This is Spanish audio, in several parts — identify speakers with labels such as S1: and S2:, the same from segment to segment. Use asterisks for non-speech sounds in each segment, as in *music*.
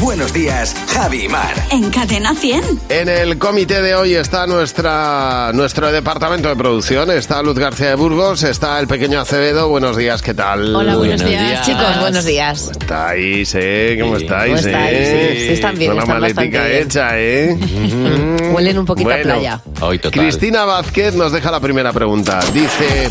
S1: Buenos días, Javi y Mar.
S2: En Cadena 100.
S3: En el comité de hoy está nuestra, nuestro departamento de producción, está Luz García de Burgos, está el pequeño Acevedo. Buenos días, ¿qué tal?
S4: Hola, buenos, días, chicos, buenos días.
S3: Estáis, ¿eh? ¿Cómo estáis,
S4: ¿Cómo estáis?
S3: eh?
S4: Sí, están bien,
S3: Con la
S4: están bastante
S3: maletica
S4: bien.
S3: hecha, ¿eh?
S4: *laughs* Huelen un poquito
S3: Bueno,
S4: a playa.
S5: Hoy total.
S3: Cristina Vázquez nos deja la primera pregunta. Dice,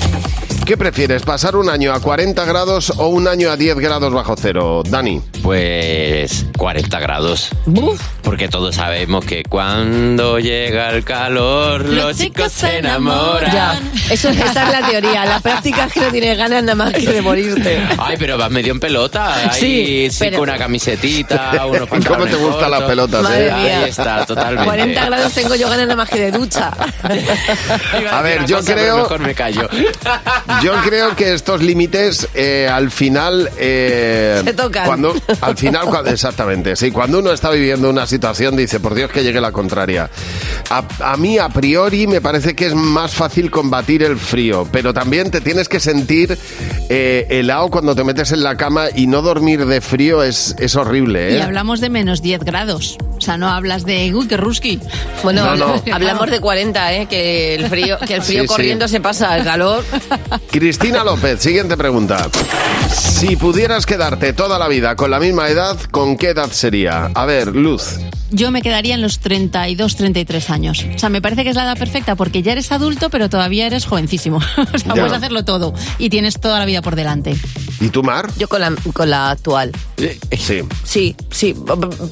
S3: ¿qué prefieres, pasar un año a 40 grados o un año a 10 grados bajo cero? Dani.
S5: Pues 40 grados.
S4: Buf.
S5: Porque todos sabemos que cuando llega el calor, los, chicos se enamoran.
S4: Ya, eso, esa es la teoría. La práctica es que no tienes ganas nada más que de morirte.
S5: Ay, pero vas medio en pelota. Ahí
S4: Sí,
S5: sí,
S4: pero-
S5: con
S3: *laughs*
S5: una camisetita, unos
S3: ¿Cómo te
S5: pantalones
S3: gustan las
S5: cortos.
S3: pelotas,
S4: Madre
S3: eh?
S4: mía.
S5: Ahí está, totalmente.
S4: 40 grados tengo yo ganas nada más que de ducha.
S5: *laughs* Iba
S3: A
S5: decir
S3: ver,
S5: una
S3: yo
S5: cosa, pero
S3: creo-
S5: Mejor me callo.
S3: Yo creo que estos límites eh, al final eh,
S4: Se tocan.
S3: Cuando,
S4: *laughs*
S3: al final, cuando- exactamente. Sí, cuando uno está viviendo una situación dice, por Dios que llegue la contraria. A, a mí a priori me parece que es más fácil combatir el frío, pero también te tienes que sentir eh, helado cuando te metes en la cama y no dormir de frío es, es horrible. ¿eh?
S6: Y hablamos de menos 10 grados. O sea, no hablas de, uy, qué ruski.
S4: Bueno,
S3: No, no.
S4: hablamos de 40, ¿eh? Que el frío, que el frío
S3: Sí, sí.
S4: corriendo se pasa, el calor.
S3: Cristina López, siguiente pregunta. Si pudieras quedarte toda la vida con la misma edad, ¿con qué edad sería? A ver, Luz.
S6: Yo me quedaría en los 32, 33 años. O sea, me parece que es la edad perfecta porque ya eres adulto, pero todavía eres jovencísimo. *laughs* O sea,
S3: Ya.
S6: puedes hacerlo todo y tienes toda la vida por delante.
S3: ¿Y tú, Mar?
S4: Yo con la, con la actual.
S3: Sí.
S4: Sí, sí.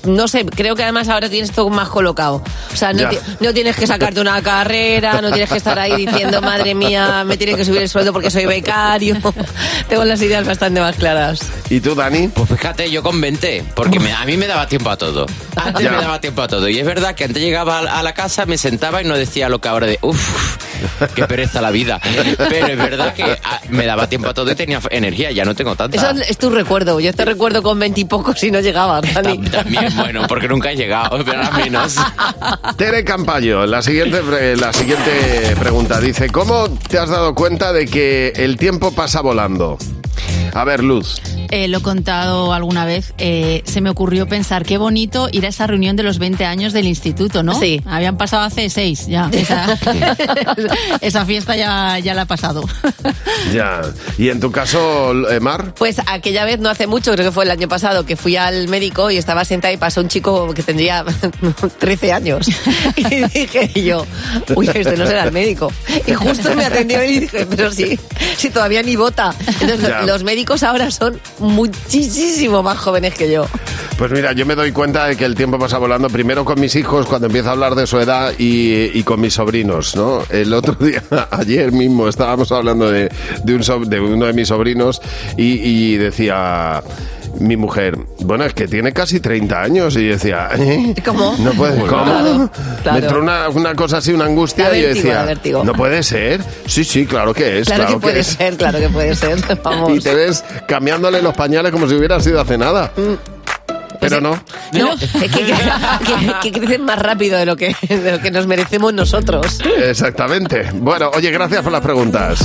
S4: No sé, creo que además ahora tienes todo más colocado. O sea, no,
S3: Ya.
S4: ti- no tienes que sacarte una carrera, no tienes que estar ahí diciendo, madre mía, me tienen que subir el sueldo porque soy becario. *laughs* Tengo las ideas bastante más claras.
S3: ¿Y tú, Dani?
S5: Pues fíjate, yo con 20, porque me- a mí me daba tiempo a todo. Antes
S3: Ya.
S5: me daba tiempo a todo. Y es verdad que antes llegaba a, la- a la casa, me sentaba y no decía lo que ahora de, uff, qué pereza la vida. Pero es verdad que ah, me daba tiempo a todo y tenía f- energía, ya no tengo tanta.
S4: Eso es tu recuerdo. Yo te recuerdo con veintipocos y no llegaba, Dani.
S5: Tam- También, bueno, porque nunca he llegado, pero al menos.
S3: Tere Campayo, la siguiente, pre- la siguiente pregunta dice, ¿cómo te has dado cuenta de que el tiempo pasa volando? A ver, Luz.
S6: *laughs* Eh, lo he contado alguna vez. eh, se me ocurrió pensar qué bonito ir a esa reunión de los 20 años del instituto, ¿no?
S4: Sí.
S6: Habían pasado hace seis ya.
S4: *laughs*
S6: Esa, *laughs* esa fiesta ya, ya la ha pasado.
S3: Ya. ¿Y en tu caso, eh, Mar?
S4: Pues aquella vez, no hace mucho, creo que fue el año pasado, que fui al médico y estaba sentada y pasó un chico que tendría *laughs* 13 años. *laughs* Y dije yo, uy, este no será el médico. Y justo me atendió él y dije, pero sí, sí, todavía ni vota. Entonces,
S3: Ya.
S4: los médicos ahora son muchísimo más jóvenes que yo.
S3: Pues mira, yo me doy cuenta de que el tiempo pasa volando primero con mis hijos cuando empiezo a hablar de su edad y, y con mis sobrinos, ¿no? El otro *laughs* día, ayer mismo, estábamos hablando de, de un sob- de uno de mis sobrinos y, y decía mi mujer, bueno, es que tiene casi 30 años y decía, ¿eh?
S4: ¿Cómo?
S3: No puede
S4: ¿Cómo?
S3: ¿cómo?
S4: Claro, claro.
S3: Me entró una, una cosa así, una angustia
S4: Da
S3: y yo
S4: vértigo, da
S3: decía,
S4: vértigo.
S3: no puede ser. Sí, sí, claro que es.
S4: Claro,
S3: Claro,
S4: que puede
S3: es.
S4: ser, claro que puede ser. Vamos.
S3: *laughs* Y te ves cambiándole los pañales como si hubiera sido hace nada.
S4: Mm.
S3: Pero no.
S4: No, es que, que- que- que crecen más rápido de lo que, de lo que nos merecemos nosotros.
S3: Exactamente. Bueno, oye, gracias por las preguntas.